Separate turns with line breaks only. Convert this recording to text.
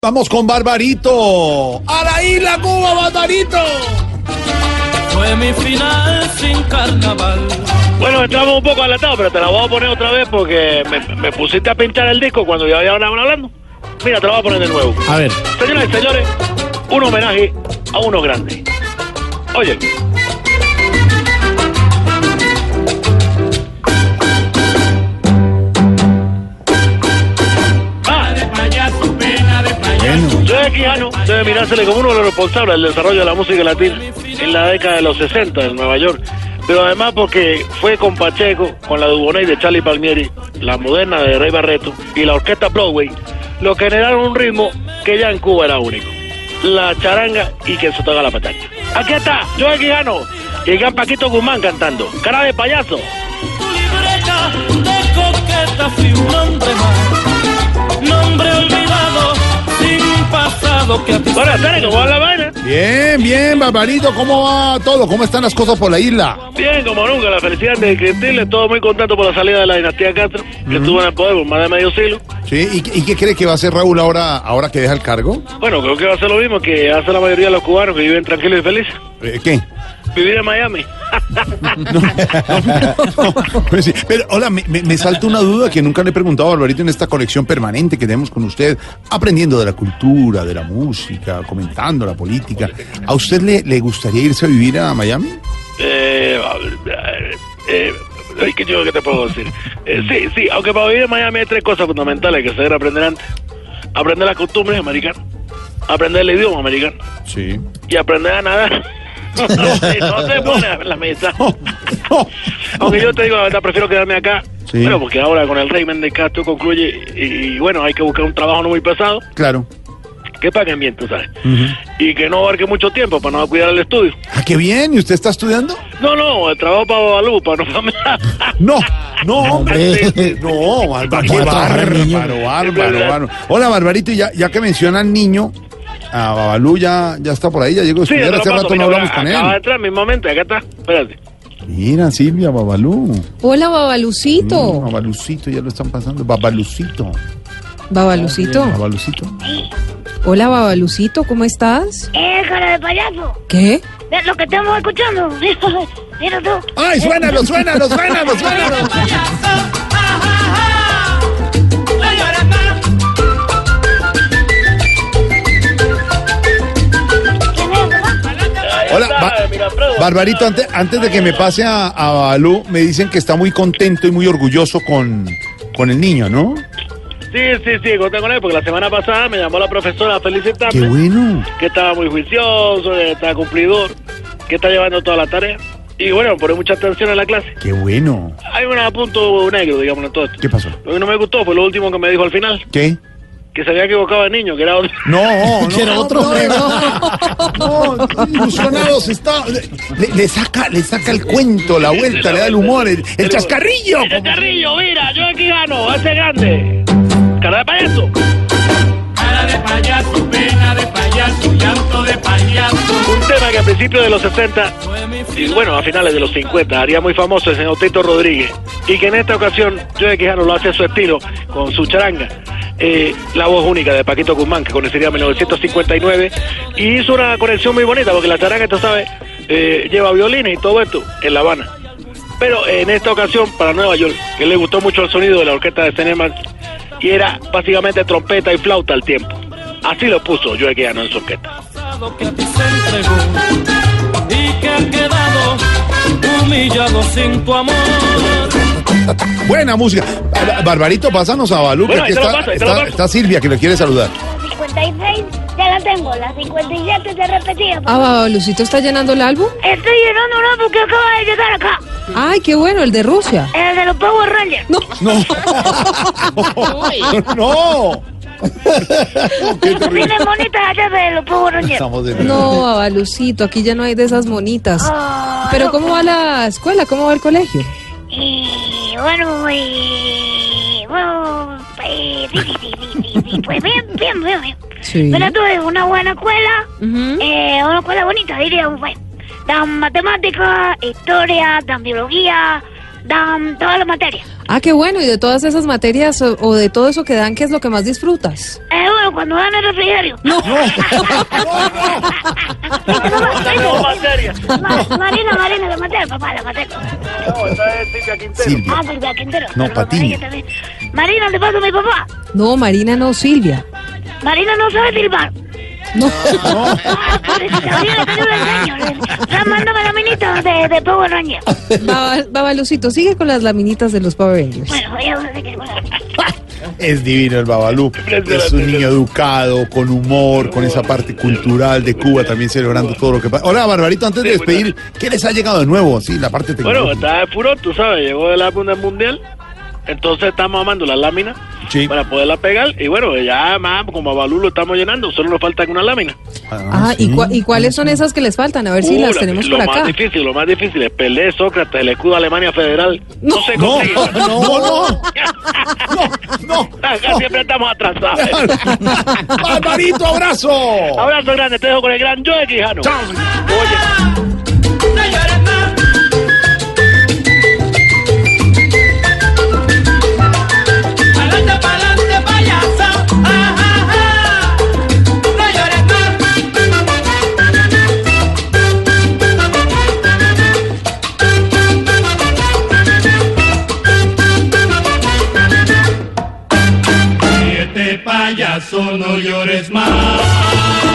Vamos con Barbarito. A la isla Cuba, Barbarito.
Fue mi final sin carnaval.
Bueno, entramos un poco adelantado, pero te la voy a poner otra vez porque me, me pusiste a pinchar el disco cuando ya había hablado hablando. Mira, te la voy a poner de nuevo.
A ver.
Señoras y señores, un homenaje a uno grande. Oye. Ah, Yo de Quijano debe mirársele como uno de los responsables del desarrollo de la música latina en la década de los 60 en Nueva York. Pero además porque fue con Pacheco, con la Dubonnet de Charlie Palmieri, la moderna de Rey Barreto y la orquesta Broadway, lo que generaron un ritmo que ya en Cuba era único. La charanga y que se toca la pataña. Aquí está, yo de Quijano y el gran Paquito Guzmán cantando. Cara de payaso.
Tu libreta de coqueta fui un hombre más. Nombre olvidado, sin pasado que a ti
Buenas tardes, ¿cómo va la vaina?
Bien, bien, Barbarito. ¿Cómo va todo? ¿Cómo están las cosas por la isla?
Bien, como nunca, la felicidad de Cristina. Todo muy contento por la salida de la dinastía Castro, que estuvo en el poder por más de medio siglo.
Sí. ¿Y, qué- y qué cree que va a hacer Raúl ahora, ahora que deja el cargo?
Bueno, creo que va a ser lo mismo que hace la mayoría de los cubanos que viven tranquilos y felices.
Eh, ¿Qué?
Vivir en Miami.
Pues sí, Pero, hola, me, me- me salta una duda que nunca le he preguntado a Barbarito en esta conexión permanente que tenemos con usted, aprendiendo de la cultura, de la música, comentando la política. ¿A usted le, le gustaría irse a vivir a Miami?
Eh, eh, eh, ay, ¿Qué chico que te puedo decir? Eh, sí, sí, aunque para vivir en Miami hay tres cosas fundamentales que se deben aprender antes. Aprender las costumbres americanas, aprender el idioma americano
Sí.
y aprender a nadar. No, sí, no te pones a ver la mesa. Aunque yo te digo la verdad, prefiero quedarme acá.
Sí.
Bueno, porque ahora con el régimen de Castro concluye y, y bueno, hay que buscar un trabajo no muy pesado
Claro.
que paguen bien, tú sabes.
Ujú.
Y que no abarque mucho tiempo para no cuidar el estudio.
Ah, qué bien. ¿Y usted está estudiando?
No, no, el trabajo para Babalú, para no para
No, no, hombre. No, Barba- qué bárbaro, bárbaro, bárbaro. Hola, Barbarito, y ya, ya que mencionan niño, a Babalú ya, ya está por ahí, ya llegó a
Sí,
estudiar,
te lo
hace
paso,
rato no
mira,
hablamos
acá-
con
Acaba de
él.
entrar mismamente, acá está. Espérate.
Mira, Silvia, Babalú.
Hola,
Mm,
Babalucito.
Babalucito, ya lo están pasando. Babalucito,
Babalucito.
Babalucito.
Hola, Babalucito, ¿cómo estás?
¡Eh, cara de payaso!
¿Qué?
Es lo que estamos escuchando. Mira tú.
¡Ay, suénalo, suénalo, suénalo, suénalo!
La llorona.
¿Quién es, papá?
Hola, Ba- Barbarito, antes, antes de que me pase a, a Babalú, me dicen que está muy contento y muy orgulloso con, con el niño, ¿no?
Sí, sí, sí, conté con él porque la semana pasada me llamó la profesora a felicitarme.
¡Qué bueno!
Que estaba muy juicioso, que estaba cumplidor, que está llevando toda la tarea. Y bueno, poné mucha atención en la clase.
¡Qué bueno!
Hay un punto negro, digamos, en todo esto.
¿Qué pasó?
Lo que no me gustó fue lo último que me dijo al final,
¿Qué?
que se había equivocado de niño, que era otro.
No, no.
Quiero otro juego.
No, ilusionados está. Le, le saca, le saca el cuento, la vuelta, le da el humor, el, el chascarrillo.
¡Ese carrillo, mira! ¡Yo aquí gano! ¡Ese grande! ¡Cara de payaso!
Cara de payaso, pena de payaso, llanto de payaso.
Un tema que a principios de los 60
Fue mi
y bueno, a finales de los 50 haría muy famoso el señor Tito Rodríguez y que en esta ocasión yo de Quijano lo hace a su estilo con su charanga eh, la voz única de Paquito Guzmán que conocería en 1959 y hizo una conexión muy bonita porque la charanga tú sabes eh, lleva violines y todo esto en La Habana pero en esta ocasión para Nueva York que le gustó mucho el sonido de la orquesta de cinema y era básicamente trompeta y flauta al tiempo así lo puso yo de Quijano en su orquesta
pasado que a ti se entregó. Y que ha quedado humillado sin tu amor.
Buena música. Bar- Barbarito, pásanos a Balú, que
Bueno,
aquí
ahí te lo
está,
paso, ahí te lo
está,
paso.
está Silvia que le quiere saludar.
La 56 ya la tengo, la 57 se repetía.
Ah,
papá.
Babalucito está llenando el álbum.
Estoy llorando no porque acaba de llegar acá.
Ay, qué bueno, el de Rusia.
El de los Power Rangers.
No,
No. No. Qué terrible.
Tienen bonitas allá de los Power Rangers.
Estamos de-
no, Babalucito, aquí ya no hay de esas monitas.
Ah,
Pero
no.
¿cómo va la escuela? ¿Cómo va el colegio?
Y Eh, bueno, y... Bueno, eh, sí, sí, sí, sí, sí, sí, Pues bien, bien, bien, bien.
Sí.
Pero tuve una buena escuela.
Ujú.
Eh, una pues. cosa bonita, diría un buen. Dan matemática, historia, dan biología, dan todas las materias.
Ah, qué bueno. ¿Y de todas esas materias o, o de todo eso que dan, qué es lo que más disfrutas?
Eh, bueno, cuando dan el refrigerio.
No.
No, materia.
Ma- Marina, Marina, la materia, papá, la materia.
No, esa es Silvia Quintero.
Silvia.
Ah, Silvia Quintero.
No,
Perdón,
Patiño.
Marina también. Marina, le paso a mi papá.
No, Marina, no, Silvia.
Marina no sabe silbar.
No.
Ah, por eso, Marina, que yo le enseño. Le- Están mandando la minita de, de Power Ranger.
Baba- Babalucito, sigue con las laminitas de los Power Rangers.
Ah,
Bueno, ya no sé qué
Es divino el Babalú. Es un niño educado, con humor, con esa parte cultural de Cuba, también celebrando todo lo que pasa. Hola, Barbarito, antes de despedir, ¿qué les ha llegado de nuevo? Sí, la parte
Bueno,
tecnológica.
está de furor, tú sabes, llegó del álbum del mundial. Entonces estamos amando la lámina
Sí.
para poderla pegar. Y bueno, ya más como a Balú lo estamos llenando, solo nos falta una lámina.
Ah, ¿y,
sí.
cua- y cuáles son esas que les faltan? A ver si
Uh,
las
la-
tenemos
lo
por
más
acá.
difícil, lo más difícil es Pelé, Sócrates, el escudo de Alemania Federal. No, se
No,
consigue.
no, no, no,
Acá siempre estamos atrasados.
no. Barbarito, abrazo.
Abrazo grande, te dejo con el gran Joe Quijano.
Chao.
Adelante, pa'lante, payaso. Ajá, ajá. No llores más. Siete payaso, no llores más.